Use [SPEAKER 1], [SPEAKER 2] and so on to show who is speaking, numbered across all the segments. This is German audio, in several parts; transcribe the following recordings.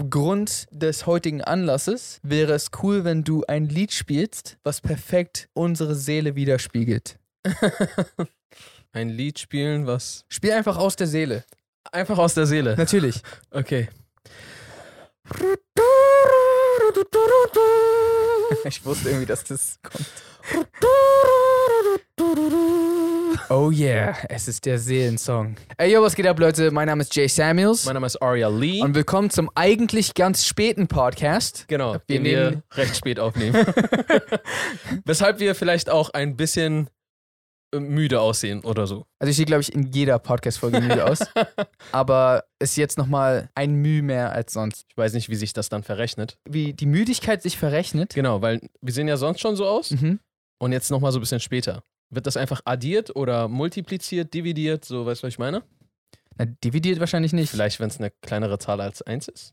[SPEAKER 1] Aufgrund des heutigen Anlasses wäre es cool, wenn du ein Lied spielst, was perfekt unsere Seele widerspiegelt.
[SPEAKER 2] Ein Lied spielen, was
[SPEAKER 1] Spiel einfach aus der Seele.
[SPEAKER 2] einfach aus der Seele.
[SPEAKER 1] Natürlich.
[SPEAKER 2] Okay.
[SPEAKER 1] Ich wusste irgendwie, dass das kommt. Oh yeah, es ist der Seelensong. Ey, yo, was geht ab, Leute? Mein Name ist Jay Samuels.
[SPEAKER 2] Mein Name ist Aria Lee.
[SPEAKER 1] Und willkommen zum eigentlich ganz späten Podcast.
[SPEAKER 2] genau,
[SPEAKER 1] wir
[SPEAKER 2] den
[SPEAKER 1] nehmen-
[SPEAKER 2] wir recht spät aufnehmen. Weshalb wir vielleicht auch ein bisschen äh, müde aussehen oder so.
[SPEAKER 1] Also ich sehe, glaube ich, in jeder Podcast-Folge müde aus. Aber ist jetzt nochmal ein Mühe mehr als sonst.
[SPEAKER 2] Ich weiß nicht, wie sich das dann verrechnet.
[SPEAKER 1] Wie die Müdigkeit sich verrechnet.
[SPEAKER 2] Genau, weil wir sehen ja sonst schon so aus
[SPEAKER 1] Mhm.
[SPEAKER 2] und jetzt nochmal so ein bisschen später. Wird das einfach addiert oder multipliziert, dividiert, so weißt du, was ich meine?
[SPEAKER 1] Na, dividiert wahrscheinlich nicht.
[SPEAKER 2] Vielleicht, wenn es eine kleinere Zahl als 1 ist,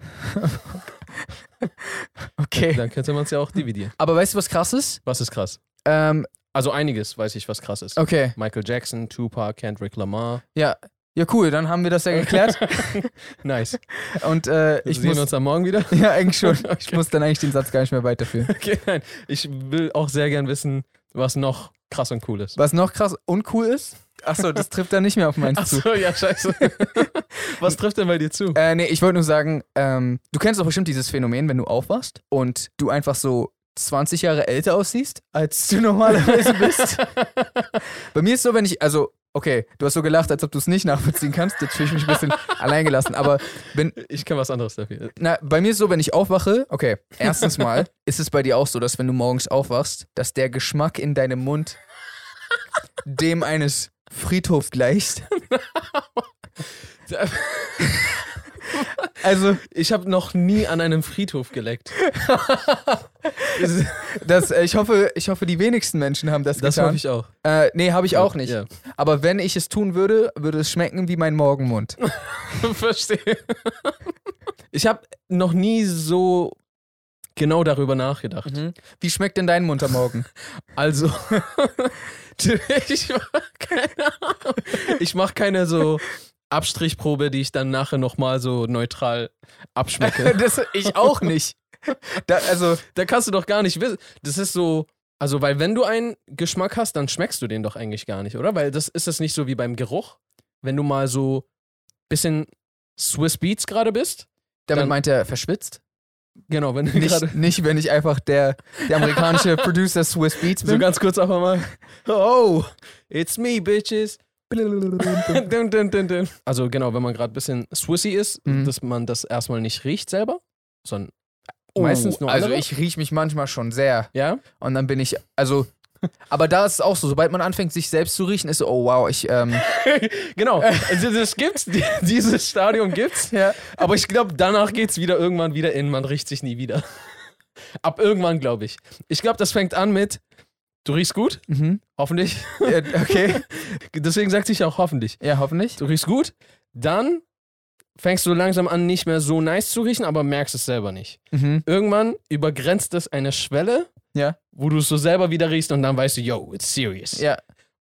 [SPEAKER 1] Okay.
[SPEAKER 2] dann könnte man es ja auch dividieren.
[SPEAKER 1] Aber weißt du, was krass ist?
[SPEAKER 2] Was ist krass?
[SPEAKER 1] Ähm,
[SPEAKER 2] Also einiges weiß ich, was krass ist.
[SPEAKER 1] okay.
[SPEAKER 2] Michael Jackson, Tupac, Kendrick Lamar.
[SPEAKER 1] Ja. Ja, cool, dann haben wir das ja geklärt.
[SPEAKER 2] Nice.
[SPEAKER 1] Und äh,
[SPEAKER 2] Ich
[SPEAKER 1] ich
[SPEAKER 2] sehen
[SPEAKER 1] muss.
[SPEAKER 2] uns am Morgen wieder.
[SPEAKER 1] Ja, eigentlich schon. Ich
[SPEAKER 2] Okay.
[SPEAKER 1] muss dann eigentlich den Satz gar nicht mehr weiterführen.
[SPEAKER 2] Okay, nein. Ich will auch sehr gern wissen, was noch krass und cool ist.
[SPEAKER 1] Was noch krass uncool ist, achso, das trifft dann nicht mehr auf meins zu.
[SPEAKER 2] Achso, ja, scheiße. was trifft denn bei dir zu?
[SPEAKER 1] Äh, nee, ich wollte nur sagen, ähm, du kennst doch bestimmt dieses Phänomen, wenn du aufwachst und du einfach so 20 Jahre älter aussiehst, als du normalerweise bist. Bei mir ist so, wenn ich, also, okay, du hast so gelacht, als ob du es nicht nachvollziehen kannst. Jetzt fühle ich mich ein bisschen alleingelassen. Aber wenn,
[SPEAKER 2] Ich kann was anderes dafür.
[SPEAKER 1] na, bei mir ist so, wenn ich aufwache, okay, erstens mal ist es bei dir auch so, dass wenn du morgens aufwachst, dass der Geschmack in deinem Mund dem eines Friedhofs gleicht. Also,
[SPEAKER 2] Ich habe noch nie an einem Friedhof geleckt.
[SPEAKER 1] das, äh, ich, hoffe, ich hoffe, die wenigsten Menschen haben das,
[SPEAKER 2] Das
[SPEAKER 1] getan.
[SPEAKER 2] hoffe ich auch.
[SPEAKER 1] Äh, nee, habe ich auch nicht.
[SPEAKER 2] Ja.
[SPEAKER 1] Aber wenn ich es tun würde, würde es schmecken wie mein Morgenmund.
[SPEAKER 2] Verstehe. Ich habe noch nie so genau darüber nachgedacht.
[SPEAKER 1] Wie schmeckt denn dein Mund am Morgen?
[SPEAKER 2] Also, ich mache keine, Ahnung. Ich mach keine so Abstrichprobe, die ich dann nachher nochmal so neutral abschmecke.
[SPEAKER 1] Das, ich auch nicht. Da, also,
[SPEAKER 2] da kannst du doch gar nicht wissen. Das ist so. Also, weil wenn du einen Geschmack hast, dann schmeckst du den doch eigentlich gar nicht, oder? Weil das ist das nicht so wie beim Geruch. Wenn du mal so bisschen Swiss Beats gerade bist.
[SPEAKER 1] damit
[SPEAKER 2] Dann-
[SPEAKER 1] meint er verschwitzt.
[SPEAKER 2] Genau, wenn du gerade
[SPEAKER 1] Nicht, nicht, wenn ich einfach der, der amerikanische Producer Swiss Beats
[SPEAKER 2] so
[SPEAKER 1] bin.
[SPEAKER 2] ganz kurz einfach mal. Oh, it's me, bitches. Dun, dun, dun, dun. Also genau, wenn man gerade ein bisschen swissy ist,
[SPEAKER 1] Mhm.
[SPEAKER 2] dass man das erstmal nicht riecht selber, sondern
[SPEAKER 1] Oh,
[SPEAKER 2] meistens nur
[SPEAKER 1] also
[SPEAKER 2] andere.
[SPEAKER 1] ich rieche mich manchmal schon sehr.
[SPEAKER 2] ja,
[SPEAKER 1] Und dann bin ich, also, aber da ist es auch so, sobald man anfängt, sich selbst zu riechen, ist so, oh wow, ich, ähm,
[SPEAKER 2] genau. Also das gibt's, die- dieses Stadium gibt's. Aber ich glaube, danach geht's wieder irgendwann wieder in, man riecht sich nie wieder. Ab irgendwann, glaube ich. Ich glaube, das fängt an mit, du riechst gut,
[SPEAKER 1] mhm.
[SPEAKER 2] hoffentlich.
[SPEAKER 1] ja, okay.
[SPEAKER 2] Deswegen sagt sich ja auch hoffentlich.
[SPEAKER 1] Ja, hoffentlich.
[SPEAKER 2] Du riechst gut, dann fängst du langsam an, nicht mehr so nice zu riechen, aber merkst es selber nicht.
[SPEAKER 1] Mhm.
[SPEAKER 2] irgendwann übergrenzt es eine Schwelle,
[SPEAKER 1] Ja.
[SPEAKER 2] wo du es so selber wieder riechst und dann weißt du, yo, it's serious.
[SPEAKER 1] Ja.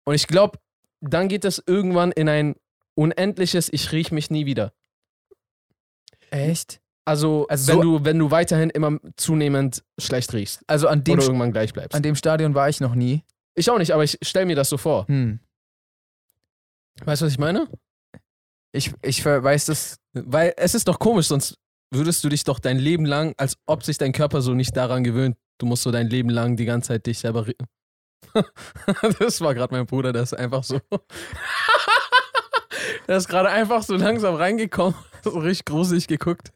[SPEAKER 2] Und ich glaube, dann geht es irgendwann in ein unendliches, ich riech mich nie wieder.
[SPEAKER 1] Echt?
[SPEAKER 2] Also,
[SPEAKER 1] Also
[SPEAKER 2] wenn,
[SPEAKER 1] so-
[SPEAKER 2] du, wenn du weiterhin immer zunehmend schlecht riechst
[SPEAKER 1] Also an dem,
[SPEAKER 2] oder
[SPEAKER 1] St-
[SPEAKER 2] irgendwann gleich bleibst.
[SPEAKER 1] an dem Stadion war ich noch nie.
[SPEAKER 2] Ich auch nicht, aber ich stell mir das so vor.
[SPEAKER 1] Hm.
[SPEAKER 2] Weißt du, was ich meine?
[SPEAKER 1] Ich, ich ver- weiß das.
[SPEAKER 2] Weil es ist doch komisch, sonst würdest du dich doch dein Leben lang, als ob sich dein Körper so nicht daran gewöhnt, du musst so dein Leben lang die ganze Zeit dich selber riechen. das war gerade mein Bruder, der ist einfach so. der ist gerade einfach so langsam reingekommen, so richtig gruselig geguckt.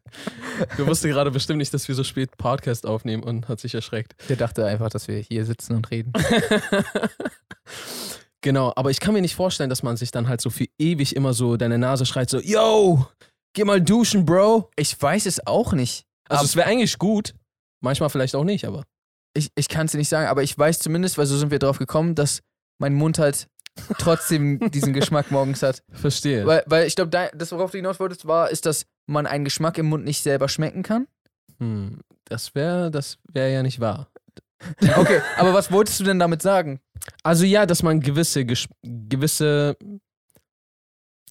[SPEAKER 2] Der wusste gerade bestimmt nicht, dass wir so spät Podcast aufnehmen und hat sich erschreckt.
[SPEAKER 1] Der dachte einfach, dass wir hier sitzen und reden.
[SPEAKER 2] Genau, aber ich kann mir nicht vorstellen, dass man sich dann halt so für ewig immer so deine Nase schreit, so, yo, geh mal duschen, Bro.
[SPEAKER 1] Ich weiß es auch nicht.
[SPEAKER 2] Also
[SPEAKER 1] Also
[SPEAKER 2] es wäre eigentlich gut. Manchmal vielleicht auch nicht, aber.
[SPEAKER 1] Ich, ich kann es dir nicht sagen, aber ich weiß zumindest, weil so sind wir drauf gekommen, dass mein Mund halt trotzdem diesen Geschmack morgens hat.
[SPEAKER 2] Verstehe.
[SPEAKER 1] Weil, weil ich glaube, dein- das, worauf du hinaus wolltest, war, ist, dass man einen Geschmack im Mund nicht selber schmecken kann.
[SPEAKER 2] hm, das wäre das wär ja nicht wahr.
[SPEAKER 1] Okay, aber was wolltest du denn damit sagen?
[SPEAKER 2] Also ja, dass man gewisse, Gesch gewisse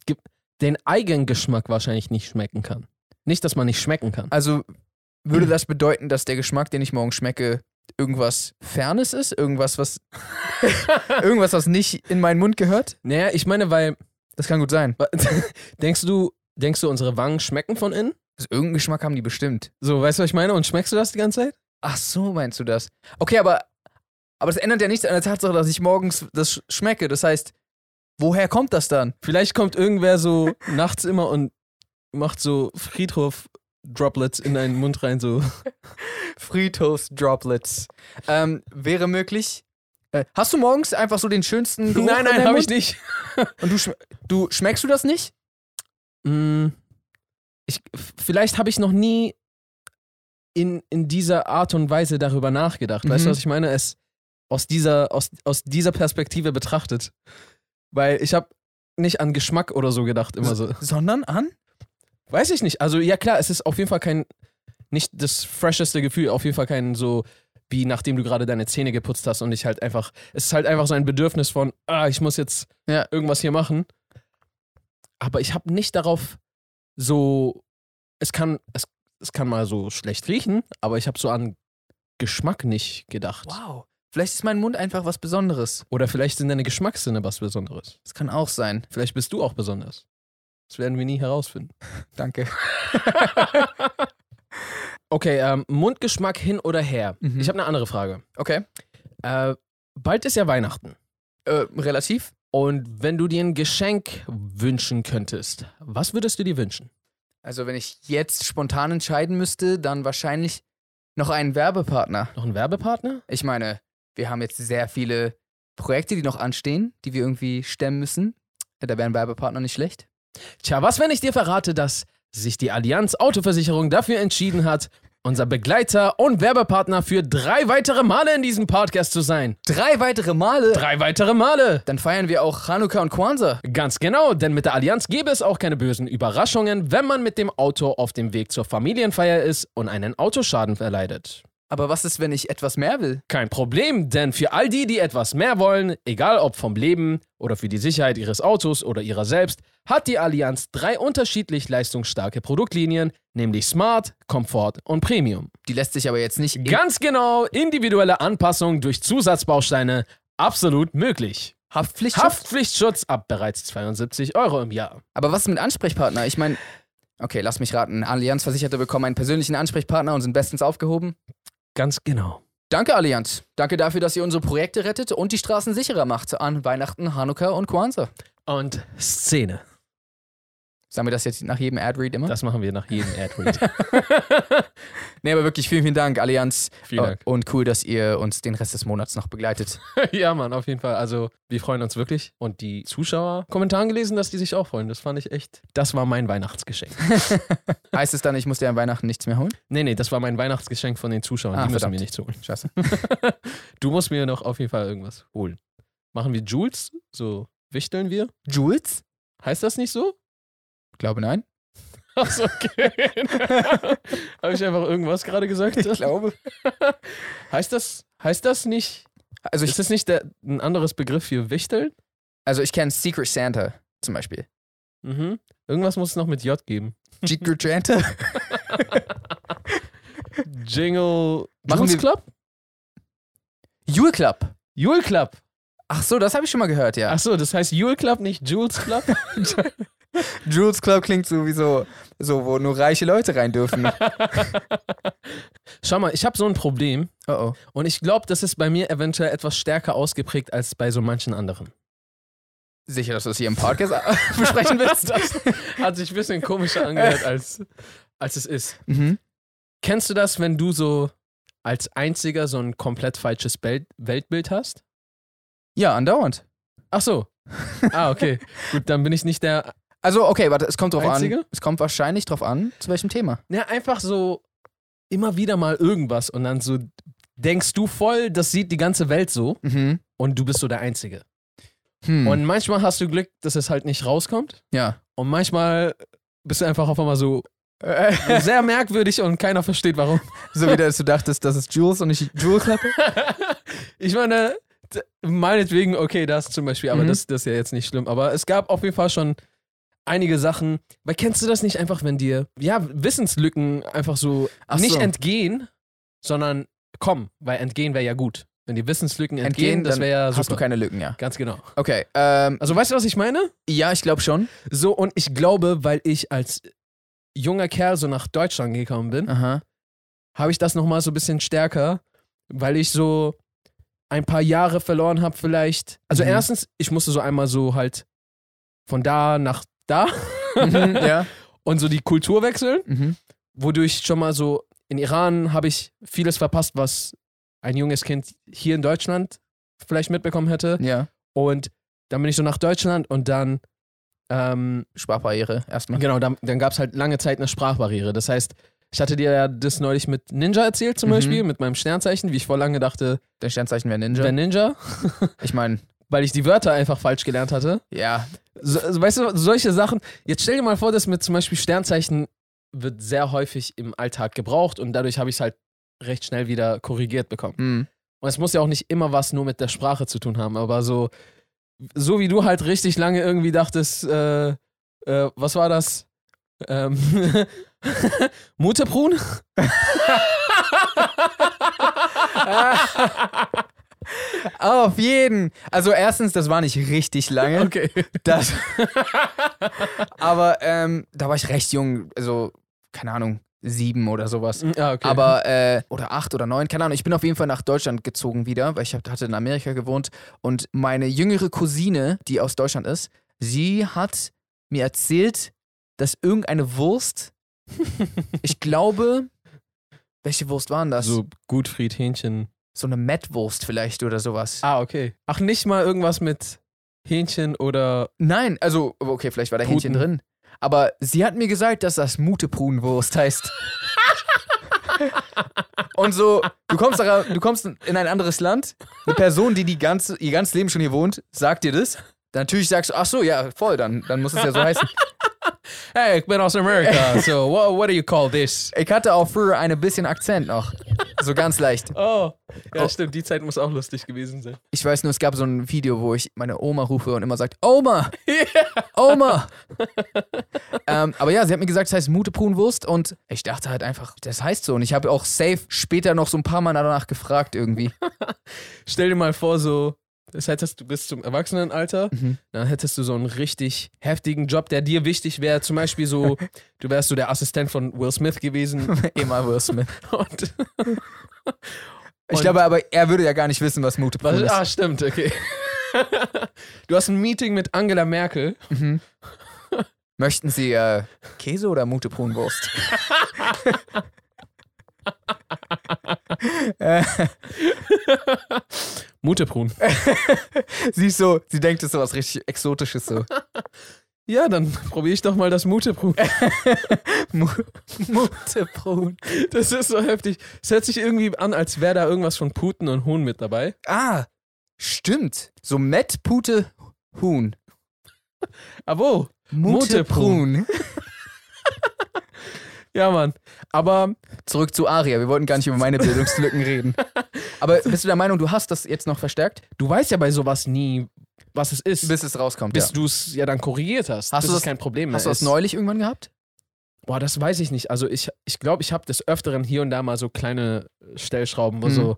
[SPEAKER 2] ge den eigenen Geschmack wahrscheinlich nicht schmecken kann. Nicht, dass man nicht schmecken kann.
[SPEAKER 1] Also würde das bedeuten, dass der Geschmack, den ich morgen schmecke, irgendwas Fernes ist? Irgendwas, was. irgendwas, was nicht in meinen Mund gehört?
[SPEAKER 2] Naja, ich meine, weil.
[SPEAKER 1] Das kann gut sein.
[SPEAKER 2] Denkst du, denkst du, unsere Wangen schmecken von innen?
[SPEAKER 1] Also, irgendeinen Geschmack haben die bestimmt.
[SPEAKER 2] So, weißt du, was ich meine? Und schmeckst du das die ganze Zeit?
[SPEAKER 1] Ach so, meinst du das? Okay, aber. Aber das ändert ja nichts an der Tatsache, dass ich morgens das sch- schmecke. Das heißt, woher kommt das dann?
[SPEAKER 2] Vielleicht kommt irgendwer so nachts immer und macht so Friedhof-Droplets in deinen Mund rein, so.
[SPEAKER 1] Friedhofsdroplets. Ähm, wäre möglich. Äh, Hast du morgens einfach so den schönsten Geruch in deinem
[SPEAKER 2] hab
[SPEAKER 1] Mund?
[SPEAKER 2] nicht.
[SPEAKER 1] Und du, schm du schmeckst du das nicht?
[SPEAKER 2] Mm, Ich, vielleicht habe ich noch nie in, in dieser Art und Weise darüber nachgedacht. Weißt du,
[SPEAKER 1] Mhm.
[SPEAKER 2] was ich meine? Es aus dieser, aus, aus dieser Perspektive betrachtet. Weil ich habe nicht an Geschmack oder so gedacht, immer
[SPEAKER 1] Also
[SPEAKER 2] so.
[SPEAKER 1] Sondern an?
[SPEAKER 2] Weiß ich nicht. Also, ja, klar, es ist auf jeden Fall kein. Nicht das fresheste Gefühl, auf jeden Fall kein so, wie nachdem du gerade deine Zähne geputzt hast und ich halt einfach. Es ist halt einfach so ein Bedürfnis von, ah, ich muss jetzt
[SPEAKER 1] Ja.
[SPEAKER 2] irgendwas hier machen. Aber ich habe nicht darauf so. Es kann, es, es kann mal so schlecht riechen, aber ich habe so an Geschmack nicht gedacht.
[SPEAKER 1] Wow. Vielleicht ist mein Mund einfach was Besonderes.
[SPEAKER 2] Oder vielleicht sind deine Geschmackssinne was Besonderes.
[SPEAKER 1] Das kann auch sein.
[SPEAKER 2] Vielleicht bist du auch besonders. Das werden wir nie herausfinden.
[SPEAKER 1] Danke.
[SPEAKER 2] Okay, ähm, Mundgeschmack hin oder her.
[SPEAKER 1] Mhm.
[SPEAKER 2] Ich habe eine andere Frage.
[SPEAKER 1] Okay.
[SPEAKER 2] Äh, bald ist ja Weihnachten.
[SPEAKER 1] Äh, relativ.
[SPEAKER 2] Und wenn du dir ein Geschenk wünschen könntest, was würdest du dir wünschen?
[SPEAKER 1] Also, wenn ich jetzt spontan entscheiden müsste, dann wahrscheinlich noch einen Werbepartner.
[SPEAKER 2] Noch einen Werbepartner?
[SPEAKER 1] Ich meine, wir haben jetzt sehr viele Projekte, die noch anstehen, die wir irgendwie stemmen müssen. Ja, Da wäre ein Werbepartner nicht schlecht.
[SPEAKER 2] Tja, was, wenn ich dir verrate, dass sich die Allianz Autoversicherung dafür entschieden hat, unser Begleiter und Werbepartner für drei weitere Male in diesem Podcast zu sein?
[SPEAKER 1] Drei weitere Male.
[SPEAKER 2] Drei weitere Male!
[SPEAKER 1] Dann feiern wir auch Hanukkah und Kwanzaa.
[SPEAKER 2] Ganz genau, denn mit der Allianz gäbe es auch keine bösen Überraschungen, wenn man mit dem Auto auf dem Weg zur Familienfeier ist und einen Autoschaden erleidet.
[SPEAKER 1] Aber was ist, wenn ich etwas mehr will?
[SPEAKER 2] Kein Problem, denn für all die, die etwas mehr wollen, egal ob vom Leben oder für die Sicherheit ihres Autos oder ihrer selbst, hat die Allianz drei unterschiedlich leistungsstarke Produktlinien, nämlich Smart, Komfort und Premium.
[SPEAKER 1] Die lässt sich aber jetzt nicht.
[SPEAKER 2] Ganz genau, individuelle Anpassung durch Zusatzbausteine, absolut möglich.
[SPEAKER 1] Haftpflicht.
[SPEAKER 2] Haftpflichtschutz ab bereits 72 Euro im Jahr.
[SPEAKER 1] Aber was ist mit Ansprechpartner? Ich meine, okay, lass mich raten. Allianz-Versicherte bekommen einen persönlichen Ansprechpartner und sind bestens aufgehoben.
[SPEAKER 2] Ganz genau.
[SPEAKER 1] Danke, Allianz. Danke dafür, dass ihr unsere Projekte rettet und die Straßen sicherer macht an Weihnachten, Hanukkah und Kwanzaa.
[SPEAKER 2] Und Szene.
[SPEAKER 1] Sagen wir das jetzt nach jedem Ad-Read immer?
[SPEAKER 2] Das machen wir nach jedem Ad-Read.
[SPEAKER 1] nee, aber wirklich vielen, vielen Dank, Allianz.
[SPEAKER 2] Vielen
[SPEAKER 1] Äh,
[SPEAKER 2] Dank.
[SPEAKER 1] Und cool, dass ihr uns den Rest des Monats noch begleitet.
[SPEAKER 2] Oh. ja, Mann, auf jeden Fall. Also, wir freuen uns wirklich. Und die Zuschauer, Kommentaren gelesen, dass die sich auch freuen. Das fand ich echt. Das war mein Weihnachtsgeschenk.
[SPEAKER 1] heißt es dann, ich muss dir an Weihnachten nichts mehr holen?
[SPEAKER 2] nee, nee, das war mein Weihnachtsgeschenk von den Zuschauern.
[SPEAKER 1] Ah,
[SPEAKER 2] die müssen
[SPEAKER 1] verdammt.
[SPEAKER 2] mir nichts holen.
[SPEAKER 1] Scheiße.
[SPEAKER 2] Du musst mir noch auf jeden Fall irgendwas holen. Machen wir Jules? So wichteln wir?
[SPEAKER 1] Jules?
[SPEAKER 2] Heißt das nicht so?
[SPEAKER 1] Glaube nein.
[SPEAKER 2] Achso, okay. Habe ich einfach irgendwas gerade gesagt?
[SPEAKER 1] glaube.
[SPEAKER 2] Heißt das, heißt das nicht.
[SPEAKER 1] Also ich,
[SPEAKER 2] ist das nicht der, ein anderes Begriff für wichteln?
[SPEAKER 1] also ich kenne Secret Santa zum Beispiel.
[SPEAKER 2] Mhm. Irgendwas muss es noch mit J geben.
[SPEAKER 1] Secret Santa?
[SPEAKER 2] Jingle.
[SPEAKER 1] Machen
[SPEAKER 2] Jules
[SPEAKER 1] wir-
[SPEAKER 2] Club?
[SPEAKER 1] Jule Club.
[SPEAKER 2] Jule Club.
[SPEAKER 1] Ach so, das habe ich schon mal gehört, ja.
[SPEAKER 2] Achso, das heißt Jule Club, nicht Jules Club?
[SPEAKER 1] Jules Club klingt sowieso so, wo nur reiche Leute rein dürfen. oh
[SPEAKER 2] Schau mal, ich habe so ein Problem
[SPEAKER 1] oh.
[SPEAKER 2] und ich glaube, das ist bei mir eventuell etwas stärker ausgeprägt als bei so manchen anderen.
[SPEAKER 1] Sicher, dass du das hier im Podcast besprechen willst?
[SPEAKER 2] Hat sich ein bisschen komischer angehört, als, als es ist.
[SPEAKER 1] mhm.
[SPEAKER 2] Kennst du das, wenn du so als Einziger so ein komplett falsches Bel Weltbild hast?
[SPEAKER 1] Ja, andauernd.
[SPEAKER 2] Ach so. Ah, okay. Gut, dann bin ich nicht der.
[SPEAKER 1] Also, okay, warte, es kommt drauf an.
[SPEAKER 2] Einzige?
[SPEAKER 1] Es kommt wahrscheinlich drauf an, zu welchem Thema.
[SPEAKER 2] Na, Ne, einfach so immer wieder mal irgendwas und dann so denkst du voll, das sieht die ganze Welt so
[SPEAKER 1] Mhm.
[SPEAKER 2] und du bist so der Einzige.
[SPEAKER 1] Hm.
[SPEAKER 2] Und manchmal hast du Glück, dass es halt nicht rauskommt.
[SPEAKER 1] ja.
[SPEAKER 2] Und manchmal bist du einfach auf einmal so sehr merkwürdig und keiner versteht warum.
[SPEAKER 1] so wie dass du dachtest, das ist Jules und ich Jules Club.
[SPEAKER 2] Ich meine, d- meinetwegen, okay, das zum Beispiel, aber
[SPEAKER 1] Mhm.
[SPEAKER 2] das, das ist ja jetzt nicht schlimm. Aber es gab auf jeden Fall schon einige Sachen. Weil kennst du das nicht einfach, wenn dir, ja, Wissenslücken einfach so
[SPEAKER 1] Ach
[SPEAKER 2] nicht
[SPEAKER 1] so.
[SPEAKER 2] entgehen, sondern kommen, weil entgehen wäre ja gut. Wenn dir Wissenslücken entgehen,
[SPEAKER 1] Entgehen,
[SPEAKER 2] das
[SPEAKER 1] dann
[SPEAKER 2] wäre ja Ah, super.
[SPEAKER 1] Hast du keine Lücken, ja.
[SPEAKER 2] Ganz genau.
[SPEAKER 1] Okay, ähm,
[SPEAKER 2] Also weißt du, was ich meine?
[SPEAKER 1] ja, ich glaube schon.
[SPEAKER 2] So, und ich glaube, weil ich als junger Kerl so nach Deutschland gekommen bin,
[SPEAKER 1] Aha.
[SPEAKER 2] habe ich das nochmal so ein bisschen stärker, weil ich so ein paar Jahre verloren habe vielleicht. Also
[SPEAKER 1] Mhm.
[SPEAKER 2] erstens, ich musste so einmal so halt von da nach da
[SPEAKER 1] Mhm, ja.
[SPEAKER 2] und so die Kultur wechseln,
[SPEAKER 1] Mhm.
[SPEAKER 2] wodurch schon mal so in Iran habe ich vieles verpasst, was ein junges Kind hier in Deutschland vielleicht mitbekommen hätte.
[SPEAKER 1] Ja.
[SPEAKER 2] Und dann bin ich so nach Deutschland und dann ähm,
[SPEAKER 1] Sprachbarriere erstmal.
[SPEAKER 2] Genau, dann, dann gab es halt lange Zeit eine Sprachbarriere. Das heißt, ich hatte dir ja das neulich mit Ninja erzählt, zum
[SPEAKER 1] Mhm.
[SPEAKER 2] Beispiel, mit meinem Sternzeichen, wie ich vor lange dachte,
[SPEAKER 1] Dein Sternzeichen wäre
[SPEAKER 2] ich
[SPEAKER 1] Ninja.
[SPEAKER 2] wäre Ninja,
[SPEAKER 1] ich meine,
[SPEAKER 2] weil ich die Wörter einfach falsch gelernt hatte.
[SPEAKER 1] ja.
[SPEAKER 2] So, also, weißt du, solche Sachen. Jetzt stell dir mal vor, dass mit zum Beispiel Sternzeichen wird sehr häufig im Alltag gebraucht und dadurch habe ich es halt recht schnell wieder korrigiert bekommen.
[SPEAKER 1] Hm.
[SPEAKER 2] Und es muss ja auch nicht immer was nur mit der Sprache zu tun haben, aber so, so wie du halt richtig lange irgendwie dachtest, äh, äh, was war das? Ähm, Mutterbrun?
[SPEAKER 1] Auf jeden. Also erstens, das war nicht richtig lange.
[SPEAKER 2] Okay.
[SPEAKER 1] Das. Aber ähm, da war ich recht jung, also keine Ahnung, sieben oder sowas.
[SPEAKER 2] Ah, okay.
[SPEAKER 1] Aber, äh, oder acht oder neun, keine Ahnung. Ich bin auf jeden Fall nach Deutschland gezogen wieder, weil ich hab, hatte in Amerika gewohnt. Und meine jüngere Cousine, die aus Deutschland ist, sie hat mir erzählt, dass irgendeine Wurst, ich glaube, welche Wurst waren das? So,
[SPEAKER 2] so Gutfried Hähnchen.
[SPEAKER 1] eine Mettwurst vielleicht oder sowas.
[SPEAKER 2] Ah, okay. Ach, nicht mal irgendwas mit Hähnchen oder.
[SPEAKER 1] Nein, also, okay, vielleicht war da
[SPEAKER 2] Puten.
[SPEAKER 1] Hähnchen drin. Aber sie hat mir gesagt, dass das Muteprunenwurst heißt. Und so, du kommst, da- du kommst in ein anderes Land, eine Person, die, die ganze, ihr ganzes Leben schon hier wohnt, sagt dir das. Dann natürlich sagst du, ach so, ja, voll, dann, dann muss es ja so heißen.
[SPEAKER 2] Hey, ich bin aus Amerika, so what, what do you call this?
[SPEAKER 1] Ich hatte auch früher einen bisschen Akzent noch. So ganz leicht.
[SPEAKER 2] Oh, ja,
[SPEAKER 1] Oh.
[SPEAKER 2] stimmt, die Zeit muss auch lustig gewesen sein.
[SPEAKER 1] Ich weiß nur, es gab so ein Video, wo ich meine Oma rufe und immer sagt, Oma! Oma! ähm, aber ja, sie hat mir gesagt, es heißt Muteprunenwurst und ich dachte halt einfach, das heißt so. Und ich habe auch safe später noch so ein paar Mal danach gefragt irgendwie.
[SPEAKER 2] Stell dir mal vor, so, das hättest du bis zum Erwachsenenalter,
[SPEAKER 1] Mhm.
[SPEAKER 2] dann hättest du so einen richtig heftigen Job, der dir wichtig wäre. Zum Beispiel so, du wärst so der Assistent von Will Smith gewesen.
[SPEAKER 1] Immer Will Smith.
[SPEAKER 2] Und,
[SPEAKER 1] Ich
[SPEAKER 2] Und-
[SPEAKER 1] glaube aber, er würde ja gar nicht wissen, was Muteprun
[SPEAKER 2] was,
[SPEAKER 1] ist.
[SPEAKER 2] ah, stimmt, okay. Du hast ein Meeting mit Angela Merkel.
[SPEAKER 1] Mhm. Möchten Sie äh, Käse oder Muteprunenwurst?
[SPEAKER 2] Muteprun.
[SPEAKER 1] sie ist so, sie denkt, das ist so was richtig Exotisches so.
[SPEAKER 2] Ja, dann probiere ich doch mal das Muteprun.
[SPEAKER 1] Mu Muteprun.
[SPEAKER 2] Das ist so heftig. Es hört sich irgendwie an, als wäre da irgendwas von Puten und Huhn mit dabei.
[SPEAKER 1] Ah, stimmt. So Met, Pute, Huhn.
[SPEAKER 2] Aber wo? Muteprun. Ja, Mann. Aber
[SPEAKER 1] Zurück zu Aria. Wir wollten gar nicht über meine Bildungslücken reden. Aber bist du der Meinung, du hast das jetzt noch verstärkt,
[SPEAKER 2] du weißt ja bei sowas nie, was es ist.
[SPEAKER 1] bis es rauskommt?
[SPEAKER 2] bis
[SPEAKER 1] ja.
[SPEAKER 2] du es ja dann korrigiert hast.
[SPEAKER 1] Hast
[SPEAKER 2] bis
[SPEAKER 1] du
[SPEAKER 2] es
[SPEAKER 1] das-
[SPEAKER 2] kein Problem
[SPEAKER 1] Hast du
[SPEAKER 2] mehr
[SPEAKER 1] das
[SPEAKER 2] ist.
[SPEAKER 1] neulich irgendwann gehabt?
[SPEAKER 2] Boah, das weiß ich nicht. Also ich ich, glaube, ich habe des Öfteren hier und da mal so kleine Stellschrauben, wo
[SPEAKER 1] Mhm.
[SPEAKER 2] so.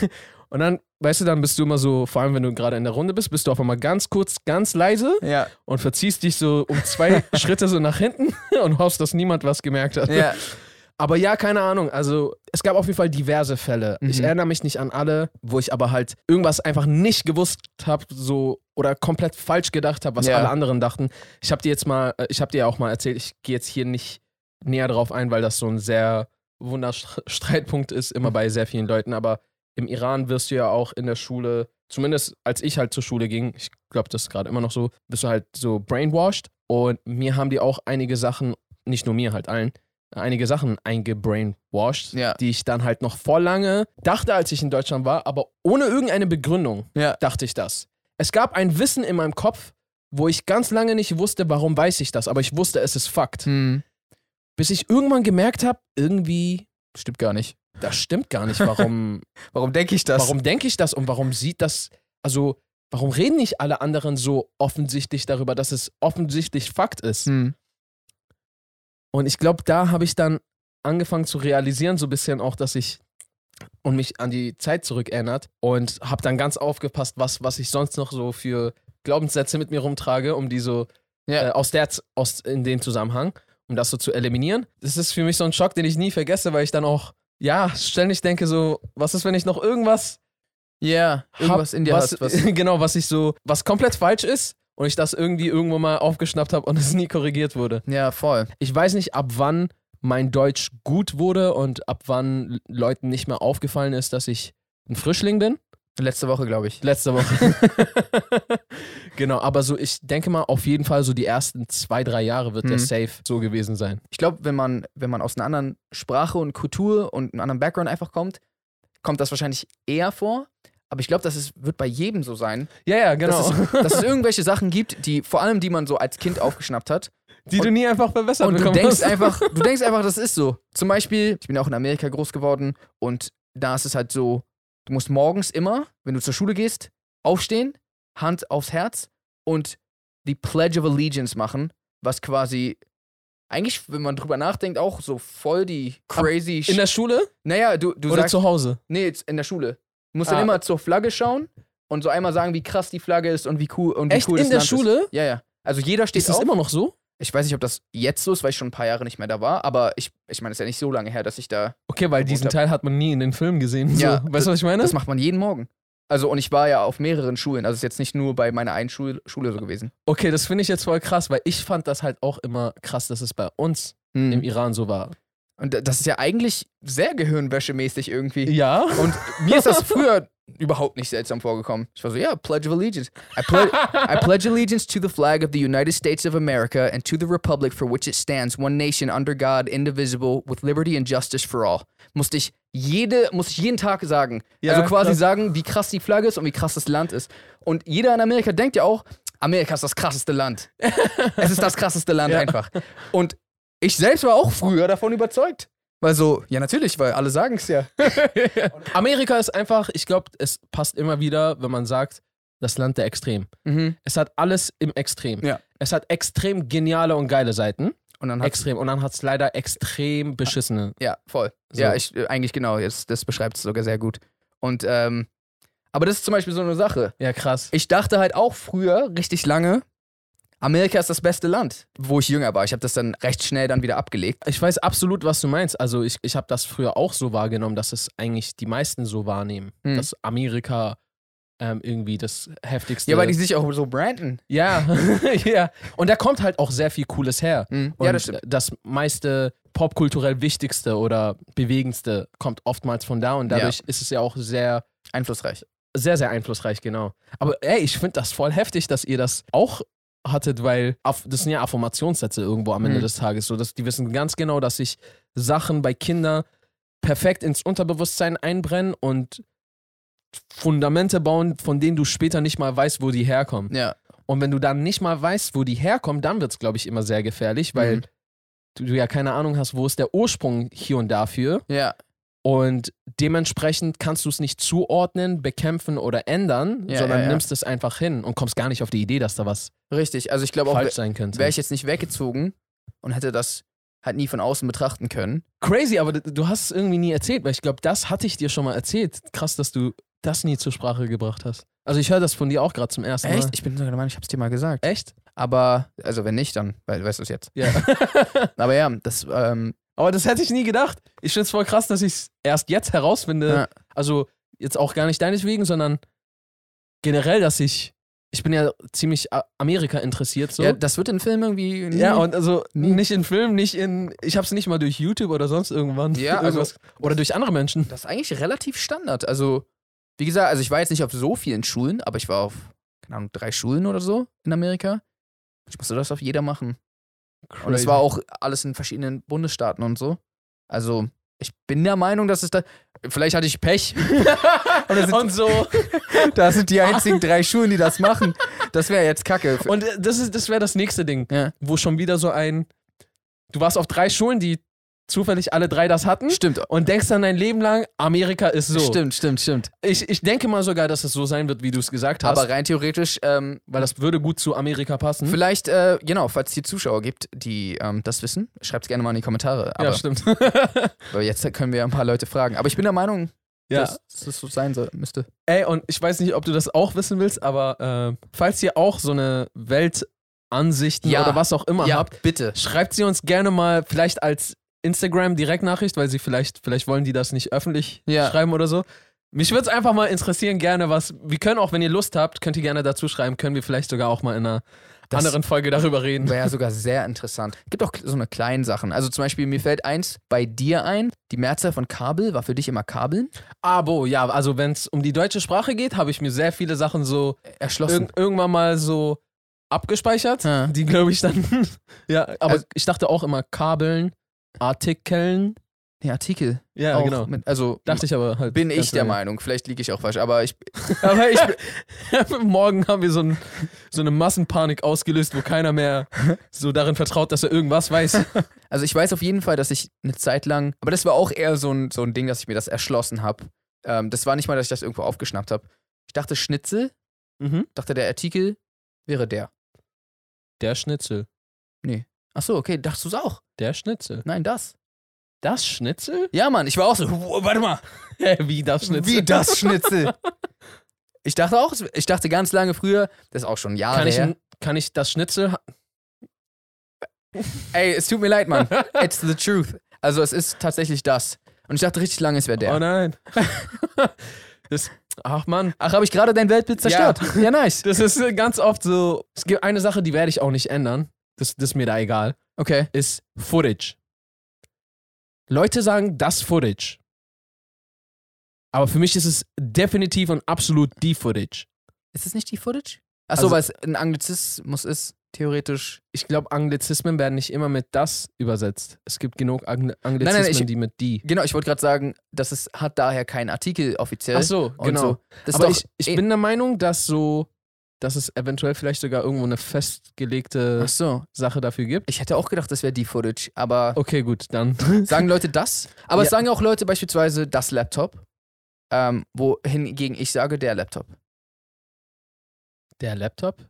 [SPEAKER 2] Und dann, weißt du, dann bist du immer so, vor allem wenn du gerade in der Runde bist, bist du auf einmal ganz kurz, ganz leise
[SPEAKER 1] Ja.
[SPEAKER 2] und verziehst dich so um zwei Schritte so nach hinten und hoffst, dass niemand was gemerkt hat.
[SPEAKER 1] ja.
[SPEAKER 2] Aber ja, keine Ahnung. Also, es gab auf jeden Fall diverse Fälle. Ich
[SPEAKER 1] Mhm.
[SPEAKER 2] erinnere mich nicht an alle, wo ich aber halt irgendwas einfach nicht gewusst habe, so oder komplett falsch gedacht habe, was
[SPEAKER 1] Ja.
[SPEAKER 2] alle anderen dachten. Ich habe dir jetzt mal, äh, ich habe dir ja auch mal erzählt, ich gehe jetzt hier nicht näher drauf ein, weil das so ein sehr Wunderstreitpunkt ist,
[SPEAKER 1] Mhm.
[SPEAKER 2] immer bei sehr vielen Leuten. Aber im Iran wirst du ja auch in der Schule, zumindest als ich halt zur Schule ging, ich glaube, das ist gerade immer noch so, bist du halt so brainwashed. Und mir haben die auch einige Sachen, nicht nur mir halt allen, einige Sachen eingebrainwashed,
[SPEAKER 1] Ja.
[SPEAKER 2] die ich dann halt noch vor lange dachte, als ich in Deutschland war, aber ohne irgendeine Begründung
[SPEAKER 1] Ja.
[SPEAKER 2] dachte ich das. Es gab ein Wissen in meinem Kopf, wo ich ganz lange nicht wusste, warum weiß ich das, aber ich wusste, es ist Fakt.
[SPEAKER 1] Hm.
[SPEAKER 2] Bis ich irgendwann gemerkt habe, irgendwie,
[SPEAKER 1] Stimmt gar nicht.
[SPEAKER 2] das stimmt gar nicht, warum
[SPEAKER 1] Warum denke ich das?
[SPEAKER 2] Warum denke ich das und warum sieht das, also warum reden nicht alle anderen so offensichtlich darüber, dass es offensichtlich Fakt ist?
[SPEAKER 1] Hm.
[SPEAKER 2] Und ich glaube, da habe ich dann angefangen zu realisieren, so ein bisschen auch, dass ich und mich an die Zeit zurückerinnert und habe dann ganz aufgepasst, was, was ich sonst noch so für Glaubenssätze mit mir rumtrage, um die so
[SPEAKER 1] Ja.
[SPEAKER 2] äh, aus der Z- aus in dem Zusammenhang, um das so zu eliminieren. Das ist für mich so ein Schock, den ich nie vergesse, weil ich dann auch ja ständig denke so, was ist, wenn ich noch irgendwas
[SPEAKER 1] Ja,
[SPEAKER 2] hab,
[SPEAKER 1] irgendwas in dir
[SPEAKER 2] was,
[SPEAKER 1] hast, was.
[SPEAKER 2] genau, was ich so, was komplett falsch ist und ich das irgendwie irgendwo mal aufgeschnappt habe und es nie korrigiert wurde
[SPEAKER 1] Ja, voll.
[SPEAKER 2] ich weiß nicht, ab wann mein Deutsch gut wurde und ab wann Leuten nicht mehr aufgefallen ist, dass ich ein Frischling bin.
[SPEAKER 1] Letzte Woche, glaube ich.
[SPEAKER 2] Letzte Woche. genau, aber so, ich denke mal, auf jeden Fall so die ersten zwei, drei Jahre wird der
[SPEAKER 1] Mhm.
[SPEAKER 2] Safe so gewesen sein.
[SPEAKER 1] Ich glaube, wenn man, wenn man aus einer anderen Sprache und Kultur und einem anderen Background einfach kommt, kommt das wahrscheinlich eher vor. Aber ich glaube, das ist, wird bei jedem so sein,
[SPEAKER 2] Ja, ja,
[SPEAKER 1] dass, es, dass es irgendwelche Sachen gibt, die vor allem die man so als Kind aufgeschnappt hat.
[SPEAKER 2] die du nie einfach verbessert
[SPEAKER 1] Und du
[SPEAKER 2] bekommen
[SPEAKER 1] denkst
[SPEAKER 2] hast.
[SPEAKER 1] einfach, du denkst einfach, das ist so. Zum Beispiel, ich bin auch in Amerika groß geworden und da ist es halt so, du musst morgens immer, wenn du zur Schule gehst, aufstehen, Hand aufs Herz und die Pledge of Allegiance machen, was quasi eigentlich, wenn man drüber nachdenkt, auch so voll die crazy
[SPEAKER 2] in
[SPEAKER 1] Sch-
[SPEAKER 2] der Schule
[SPEAKER 1] Naja, du, du
[SPEAKER 2] oder
[SPEAKER 1] sagst,
[SPEAKER 2] zu Hause?
[SPEAKER 1] nee, jetzt in der Schule. Du musst
[SPEAKER 2] Ah.
[SPEAKER 1] dann immer zur Flagge schauen und so einmal sagen, wie krass die Flagge ist und wie cool und wie
[SPEAKER 2] Echt
[SPEAKER 1] cool
[SPEAKER 2] in
[SPEAKER 1] das
[SPEAKER 2] der
[SPEAKER 1] Land
[SPEAKER 2] Schule?
[SPEAKER 1] Ist. Ja, ja. Also jeder steht
[SPEAKER 2] Ist das
[SPEAKER 1] auf.
[SPEAKER 2] immer noch so?
[SPEAKER 1] Ich weiß nicht, ob das jetzt so ist, weil ich schon ein paar Jahre nicht mehr da war, aber ich, ich meine, es ist ja nicht so lange her, dass ich da.
[SPEAKER 2] Okay, weil diesen
[SPEAKER 1] Gut,
[SPEAKER 2] Teil hat man nie in den Filmen gesehen.
[SPEAKER 1] Ja,
[SPEAKER 2] so. Weißt du, was ich meine?
[SPEAKER 1] Das macht man jeden Morgen. Also, und ich war ja auf mehreren Schulen. Also, es ist jetzt nicht nur bei meiner einen Schule, Schule so gewesen.
[SPEAKER 2] Okay, das finde ich jetzt voll krass, weil ich fand das halt auch immer krass, dass es bei uns im
[SPEAKER 1] Hm.
[SPEAKER 2] Iran so war.
[SPEAKER 1] Und das ist ja eigentlich sehr gehirnwäschemäßig irgendwie.
[SPEAKER 2] Ja.
[SPEAKER 1] Und mir ist das früher überhaupt nicht seltsam vorgekommen. Ich war so, ja, Pledge of Allegiance. I, ple I pledge allegiance to the flag of the United States of America and to the republic for which it stands, one nation under God, indivisible, with liberty and justice for all. Musste ich jede, muss ich jeden Tag sagen.
[SPEAKER 2] Ja,
[SPEAKER 1] also quasi
[SPEAKER 2] krass.
[SPEAKER 1] sagen, wie krass die Flagge ist und wie krass das Land ist. Und jeder in Amerika denkt ja auch, Amerika ist das krasseste Land. es ist das krasseste Land
[SPEAKER 2] Ja.
[SPEAKER 1] einfach. Und ich selbst war auch früher davon überzeugt. Weil so, ja natürlich, weil alle sagen es ja.
[SPEAKER 2] Amerika ist einfach, ich glaube, es passt immer wieder, wenn man sagt, das Land der Extrem.
[SPEAKER 1] Mhm.
[SPEAKER 2] Es hat alles im Extrem.
[SPEAKER 1] Ja.
[SPEAKER 2] Es hat extrem geniale und geile Seiten.
[SPEAKER 1] Und dann hat's-
[SPEAKER 2] Extrem. Und dann hat es leider extrem beschissene.
[SPEAKER 1] Ja, voll.
[SPEAKER 2] So.
[SPEAKER 1] Ja, ich, äh, eigentlich genau. Jetzt, das beschreibt es sogar sehr gut. Und, ähm, aber das ist zum Beispiel so eine Sache.
[SPEAKER 2] Ja, krass.
[SPEAKER 1] Ich dachte halt auch früher richtig lange, Amerika ist das beste Land, wo ich jünger war. Ich habe das dann recht schnell dann wieder abgelegt.
[SPEAKER 2] Ich weiß absolut, was du meinst. Also ich, ich habe das früher auch so wahrgenommen, dass es eigentlich die meisten so wahrnehmen,
[SPEAKER 1] Hm.
[SPEAKER 2] dass Amerika ähm, irgendwie das heftigste.
[SPEAKER 1] Ja, weil die sich auch so branden.
[SPEAKER 2] ja, ja. Und da kommt halt auch sehr viel Cooles her. Und
[SPEAKER 1] Ja, das stimmt.
[SPEAKER 2] das meiste popkulturell Wichtigste oder Bewegendste kommt oftmals von da und dadurch ist es ja auch sehr,
[SPEAKER 1] Einflussreich.
[SPEAKER 2] sehr, sehr einflussreich, genau. Aber ey, ich finde das voll heftig, dass ihr das auch hattet, weil Aff- das sind ja Affirmationssätze irgendwo am Ende
[SPEAKER 1] Mhm.
[SPEAKER 2] des Tages. So, dass die wissen ganz genau, dass sich Sachen bei Kindern perfekt ins Unterbewusstsein einbrennen und Fundamente bauen, von denen du später nicht mal weißt, wo die herkommen.
[SPEAKER 1] Ja.
[SPEAKER 2] Und wenn du dann nicht mal weißt, wo die herkommen, dann wird es, glaube ich, immer sehr gefährlich, weil
[SPEAKER 1] Mhm.
[SPEAKER 2] du, du ja keine Ahnung hast, wo ist der Ursprung hier und dafür.
[SPEAKER 1] Ja.
[SPEAKER 2] Und dementsprechend kannst du es nicht zuordnen, bekämpfen oder ändern,
[SPEAKER 1] Ja,
[SPEAKER 2] sondern
[SPEAKER 1] ja, ja.
[SPEAKER 2] nimmst es einfach hin und kommst gar nicht auf die Idee, dass da was
[SPEAKER 1] Richtig. Also ich glaube auch,
[SPEAKER 2] falsch sein könnte.
[SPEAKER 1] wäre ich jetzt nicht weggezogen und hätte das halt nie von außen betrachten können.
[SPEAKER 2] Crazy, aber d- du hast es irgendwie nie erzählt, weil ich glaube, das hatte ich dir schon mal erzählt. Krass, dass du das nie zur Sprache gebracht hast. Also ich höre das von dir auch gerade zum ersten Mal.
[SPEAKER 1] Ich bin sogar der Meinung, ich hab's dir mal gesagt.
[SPEAKER 2] Echt?
[SPEAKER 1] Aber, also wenn nicht, dann we- weißt du es jetzt.
[SPEAKER 2] Ja.
[SPEAKER 1] Aber ja, das, ähm,
[SPEAKER 2] Aber das hätte ich nie gedacht. Ich finde es voll krass, dass ich es erst jetzt herausfinde.
[SPEAKER 1] Ja.
[SPEAKER 2] Also jetzt auch gar nicht deinetwegen, sondern generell, dass ich. Ich bin ja ziemlich A- Amerika interessiert so.
[SPEAKER 1] ja,
[SPEAKER 2] Ja,
[SPEAKER 1] das wird in Filmen irgendwie. nie-
[SPEAKER 2] und also
[SPEAKER 1] Nie.
[SPEAKER 2] nicht in Filmen, nicht in. Ich habe es nicht mal durch YouTube oder sonst irgendwann.
[SPEAKER 1] Ja, also-
[SPEAKER 2] irgendwas. Oder durch andere Menschen.
[SPEAKER 1] Das ist eigentlich relativ Standard. Also, wie gesagt, also ich war jetzt nicht auf so vielen Schulen, aber ich war auf, keine Ahnung, drei Schulen oder so in Amerika. Ich musste das auf jeder machen. Und es war auch alles in verschiedenen Bundesstaaten und so. Also, ich bin der Meinung, dass es da. Vielleicht hatte ich Pech. und das
[SPEAKER 2] und so.
[SPEAKER 1] das sind die einzigen drei Schulen, die das machen. Das wäre jetzt kacke.
[SPEAKER 2] Und äh, das, ist- das wäre das nächste Ding,
[SPEAKER 1] Ja.
[SPEAKER 2] wo schon wieder so ein. Du warst auf drei Schulen, die zufällig alle drei das hatten
[SPEAKER 1] Stimmt.
[SPEAKER 2] und denkst dann dein Leben lang, Amerika ist so.
[SPEAKER 1] Stimmt, stimmt, stimmt.
[SPEAKER 2] Ich, ich denke mal sogar, dass es so sein wird, wie du es gesagt hast.
[SPEAKER 1] Aber rein theoretisch, ähm,
[SPEAKER 2] weil das würde gut zu Amerika passen.
[SPEAKER 1] vielleicht, äh, genau, falls es hier Zuschauer gibt, die ähm, das wissen, schreibt es gerne mal in die Kommentare. Aber
[SPEAKER 2] ja, stimmt.
[SPEAKER 1] weil jetzt können wir ja ein paar Leute fragen. Aber ich bin der Meinung,
[SPEAKER 2] ja.
[SPEAKER 1] dass das so sein soll, müsste.
[SPEAKER 2] Ey, und ich weiß nicht, ob du das auch wissen willst, aber äh, falls ihr auch so eine Weltansichten
[SPEAKER 1] Ja.
[SPEAKER 2] oder was auch immer habt,
[SPEAKER 1] bitte.
[SPEAKER 2] schreibt sie uns gerne mal vielleicht als Instagram-Direktnachricht, weil sie vielleicht, vielleicht wollen die das nicht öffentlich
[SPEAKER 1] Ja.
[SPEAKER 2] schreiben oder so. Mich würde es einfach mal interessieren, gerne was. Wir können auch, wenn ihr Lust habt, könnt ihr gerne dazu schreiben, können wir vielleicht sogar auch mal in einer
[SPEAKER 1] Das-
[SPEAKER 2] anderen Folge darüber reden.
[SPEAKER 1] Wäre ja sogar sehr interessant. Gibt auch so eine kleinen Sachen. Also zum Beispiel, mir fällt eins bei dir ein. Die Mehrzahl von Kabel war für dich immer Kabeln.
[SPEAKER 2] Abo, ja, also wenn es um die deutsche Sprache geht, habe ich mir sehr viele Sachen so
[SPEAKER 1] Erschlossen.
[SPEAKER 2] irg irgendwann mal so abgespeichert.
[SPEAKER 1] Ja.
[SPEAKER 2] Die glaube ich dann. ja, aber
[SPEAKER 1] Also-
[SPEAKER 2] ich dachte auch immer Kabeln, Artikeln.
[SPEAKER 1] Ja, Artikel.
[SPEAKER 2] Ja,
[SPEAKER 1] auch
[SPEAKER 2] genau.
[SPEAKER 1] Mit, also
[SPEAKER 2] Dachte ich aber halt.
[SPEAKER 1] bin
[SPEAKER 2] ganz
[SPEAKER 1] ich der
[SPEAKER 2] lange.
[SPEAKER 1] Meinung. Vielleicht liege ich auch falsch, aber ich.
[SPEAKER 2] Aber ich, morgen haben wir so, ein, so eine Massenpanik ausgelöst, wo keiner mehr so darin vertraut, dass er irgendwas weiß.
[SPEAKER 1] Also ich weiß auf jeden Fall, dass ich eine Zeit lang. Aber das war auch eher so ein, so ein Ding, dass ich mir das erschlossen habe. Ähm, das war nicht mal, dass ich das irgendwo aufgeschnappt habe. Ich dachte Schnitzel,
[SPEAKER 2] mhm.
[SPEAKER 1] dachte der Artikel wäre der.
[SPEAKER 2] Der Schnitzel.
[SPEAKER 1] Ach so, okay, dachtest du es auch?
[SPEAKER 2] Der Schnitzel.
[SPEAKER 1] Nein, das.
[SPEAKER 2] Das Schnitzel?
[SPEAKER 1] Ja, Mann, ich war auch so, "Wo- warte mal,
[SPEAKER 2] Hä, wie das Schnitzel?
[SPEAKER 1] wie das Schnitzel? ich dachte auch, es- ich dachte ganz lange früher, das ist auch schon Jahre
[SPEAKER 2] Kann ich,
[SPEAKER 1] her.
[SPEAKER 2] kann ich das Schnitzel?
[SPEAKER 1] Ey, es tut mir leid, Mann. It's the truth. Also es ist tatsächlich das. Und ich dachte richtig lange, es wäre der.
[SPEAKER 2] Oh nein. das, ach man.
[SPEAKER 1] Ach, habe ich gerade dein Weltbild
[SPEAKER 2] Ja.
[SPEAKER 1] zerstört? Ja, nice.
[SPEAKER 2] Das ist äh, ganz oft so. Es gibt eine Sache, die werde ich auch nicht ändern. Das, das ist mir da egal.
[SPEAKER 1] Okay.
[SPEAKER 2] Ist Footage. Leute sagen das Footage. Aber für mich ist es definitiv und absolut die Footage.
[SPEAKER 1] Ist es nicht die Footage? Achso,
[SPEAKER 2] Also-
[SPEAKER 1] weil es ein Anglizismus ist, theoretisch.
[SPEAKER 2] Ich glaube, Anglizismen werden nicht immer mit das übersetzt. Es gibt genug Angl Anglizismen,
[SPEAKER 1] ich-
[SPEAKER 2] die mit die.
[SPEAKER 1] Genau, ich wollte gerade sagen, dass es hat daher keinen Artikel offiziell.
[SPEAKER 2] Ach so,
[SPEAKER 1] und
[SPEAKER 2] genau.
[SPEAKER 1] So. Das
[SPEAKER 2] Aber
[SPEAKER 1] ist
[SPEAKER 2] ich,
[SPEAKER 1] doch,
[SPEAKER 2] ich
[SPEAKER 1] eh-
[SPEAKER 2] bin der Meinung, dass so, dass es eventuell vielleicht sogar irgendwo eine festgelegte
[SPEAKER 1] Ach so.
[SPEAKER 2] Sache dafür gibt.
[SPEAKER 1] Ich hätte auch gedacht, das wäre die Footage, aber
[SPEAKER 2] Okay, gut, dann.
[SPEAKER 1] sagen Leute das? Aber es
[SPEAKER 2] Ja.
[SPEAKER 1] sagen auch Leute beispielsweise das Laptop, ähm, wohingegen ich sage der Laptop.
[SPEAKER 2] Der Laptop?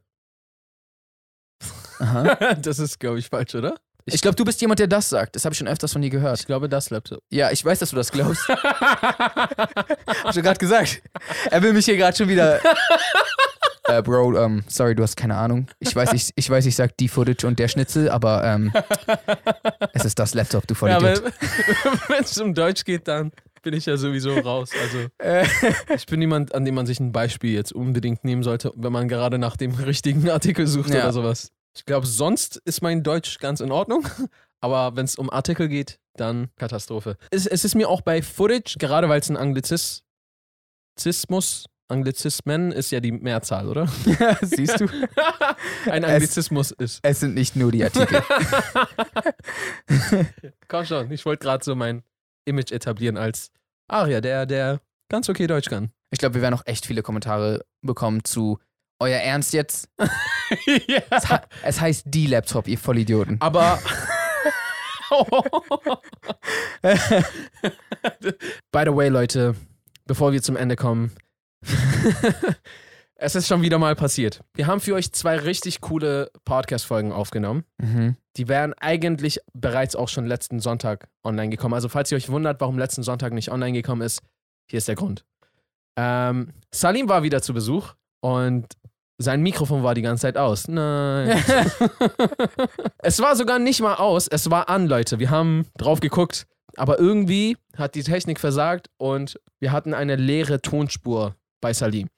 [SPEAKER 1] Aha.
[SPEAKER 2] das ist, glaube ich, falsch, oder?
[SPEAKER 1] Ich glaube, du bist jemand, der das sagt. Das habe ich schon öfters von dir gehört.
[SPEAKER 2] Ich glaube, das Laptop.
[SPEAKER 1] Ja, ich weiß, dass du das glaubst. Hab schon gerade gesagt. Er will mich hier gerade schon wieder. äh, Bro, ähm, sorry, du hast keine Ahnung. Ich weiß, ich, ich weiß, ich sag die Footage und der Schnitzel, aber ähm, es ist das Laptop, du
[SPEAKER 2] ja,
[SPEAKER 1] Vollidiot.
[SPEAKER 2] wenn es um Deutsch geht, dann bin ich ja sowieso raus. Also
[SPEAKER 1] Äh,
[SPEAKER 2] ich bin niemand, an dem man sich ein Beispiel jetzt unbedingt nehmen sollte, wenn man gerade nach dem richtigen Artikel sucht
[SPEAKER 1] Ja.
[SPEAKER 2] oder sowas. Ich glaube, sonst ist mein Deutsch ganz in Ordnung. Aber wenn es um Artikel geht, dann Katastrophe. Es, es ist mir auch bei Footage, gerade weil es ein Anglizismus, Anglizismen ist ja die Mehrzahl, oder?
[SPEAKER 1] Äh, Siehst du?
[SPEAKER 2] Ein Anglizismus ist.
[SPEAKER 1] Es sind nicht nur die Artikel.
[SPEAKER 2] Komm schon, ich wollte gerade so mein Image etablieren als Aria, der, der ganz okay Deutsch kann.
[SPEAKER 1] Ich glaube, wir werden auch echt viele Kommentare bekommen zu euer Ernst jetzt. Es,
[SPEAKER 2] ja.
[SPEAKER 1] ha- es heißt die Laptop, ihr Vollidioten.
[SPEAKER 2] Aber. By the way, Leute, bevor wir zum Ende kommen. es ist schon wieder mal passiert. Wir haben für euch zwei richtig coole Podcast-Folgen aufgenommen.
[SPEAKER 1] Mhm.
[SPEAKER 2] Die wären eigentlich bereits auch schon letzten Sonntag online gekommen. Also falls ihr euch wundert, warum letzten Sonntag nicht online gekommen ist, hier ist der Grund. Ähm, Salim war wieder zu Besuch und sein Mikrofon war die ganze Zeit aus. Nein. es war sogar nicht mal aus, es war an, Leute. Wir haben drauf geguckt, aber irgendwie hat die Technik versagt und wir hatten eine leere Tonspur bei Salim.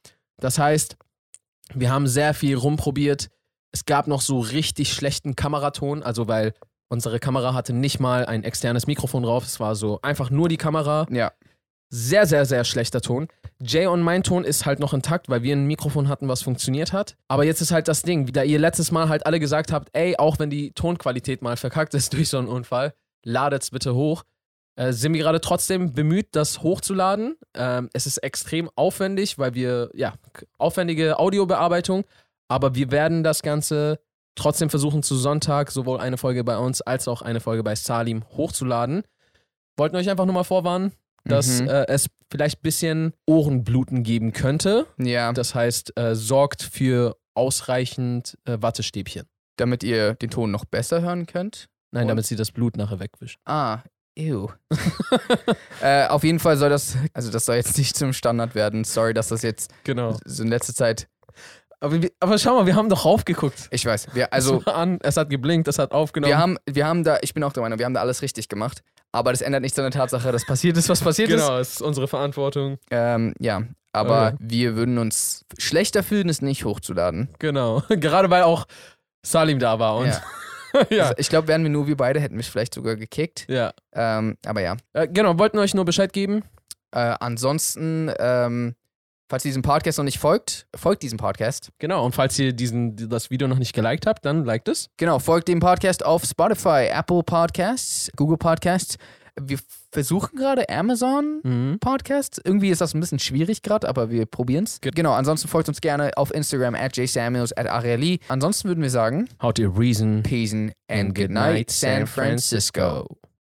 [SPEAKER 2] Das heißt, wir haben sehr viel rumprobiert. Es gab noch so richtig schlechten Kameraton, also weil unsere Kamera hatte nicht mal ein externes Mikrofon drauf. Es war so einfach nur die Kamera.
[SPEAKER 1] Ja.
[SPEAKER 2] Sehr, sehr, sehr schlechter Ton. Jay und mein Ton ist halt noch intakt, weil wir ein Mikrofon hatten, was funktioniert hat. Aber jetzt ist halt das Ding, da ihr letztes Mal halt alle gesagt habt, ey, auch wenn die Tonqualität mal verkackt ist durch so einen Unfall, ladet's bitte hoch. Äh, sind wir gerade trotzdem bemüht, das hochzuladen. Ähm, es ist extrem aufwendig, weil wir, ja, k- aufwendige Audiobearbeitung. Aber wir werden das Ganze trotzdem versuchen, zu Sonntag sowohl eine Folge bei uns als auch eine Folge bei Salim hochzuladen. wollten euch einfach nur mal vorwarnen, dass
[SPEAKER 1] Mhm.
[SPEAKER 2] äh, es vielleicht ein bisschen Ohrenbluten geben könnte.
[SPEAKER 1] Ja,
[SPEAKER 2] Das heißt, äh, sorgt für ausreichend äh, Wattestäbchen.
[SPEAKER 1] damit ihr den Ton noch besser hören könnt.
[SPEAKER 2] Nein,
[SPEAKER 1] Und-
[SPEAKER 2] damit sie das Blut nachher wegwischen.
[SPEAKER 1] Ah, ew. äh, auf jeden Fall soll das, also das soll jetzt nicht zum Standard werden. Sorry, dass das jetzt
[SPEAKER 2] Genau.
[SPEAKER 1] so in letzter Zeit,
[SPEAKER 2] Aber, wir- aber schau mal, wir haben doch raufgeguckt.
[SPEAKER 1] ich weiß, wir, also
[SPEAKER 2] Also, es, war an, es hat geblinkt, es hat aufgenommen.
[SPEAKER 1] wir haben, wir haben da, ich bin auch der Meinung, wir haben da alles richtig gemacht. Aber das ändert nichts an der Tatsache, dass passiert ist, was passiert ist.
[SPEAKER 2] genau, es ist unsere Verantwortung.
[SPEAKER 1] Ähm, ja, aber
[SPEAKER 2] Okay.
[SPEAKER 1] wir würden uns schlechter fühlen, es nicht hochzuladen.
[SPEAKER 2] Genau. Gerade weil auch Salim da war und.
[SPEAKER 1] ja.
[SPEAKER 2] Ja.
[SPEAKER 1] Also ich glaube, wären wir nur wir beide, hätten wir es vielleicht sogar gekickt.
[SPEAKER 2] ja.
[SPEAKER 1] Ähm, aber ja.
[SPEAKER 2] Äh, genau, wollten euch nur Bescheid geben.
[SPEAKER 1] Äh, ansonsten, ähm, falls ihr diesem Podcast noch nicht folgt, folgt diesem Podcast.
[SPEAKER 2] Genau, und falls ihr diesen, das Video noch nicht geliked habt, dann liked es.
[SPEAKER 1] Genau, folgt dem Podcast auf Spotify, Apple Podcasts, Google Podcasts. Wir versuchen gerade Amazon
[SPEAKER 2] Mhm.
[SPEAKER 1] Podcast. Irgendwie ist das ein bisschen schwierig gerade, aber wir probieren es.
[SPEAKER 2] Ge-
[SPEAKER 1] Genau, ansonsten folgt uns gerne auf Instagram at jsamuels at Areli. Ansonsten würden wir sagen,
[SPEAKER 2] How to reason
[SPEAKER 1] Peace and good night, San Francisco.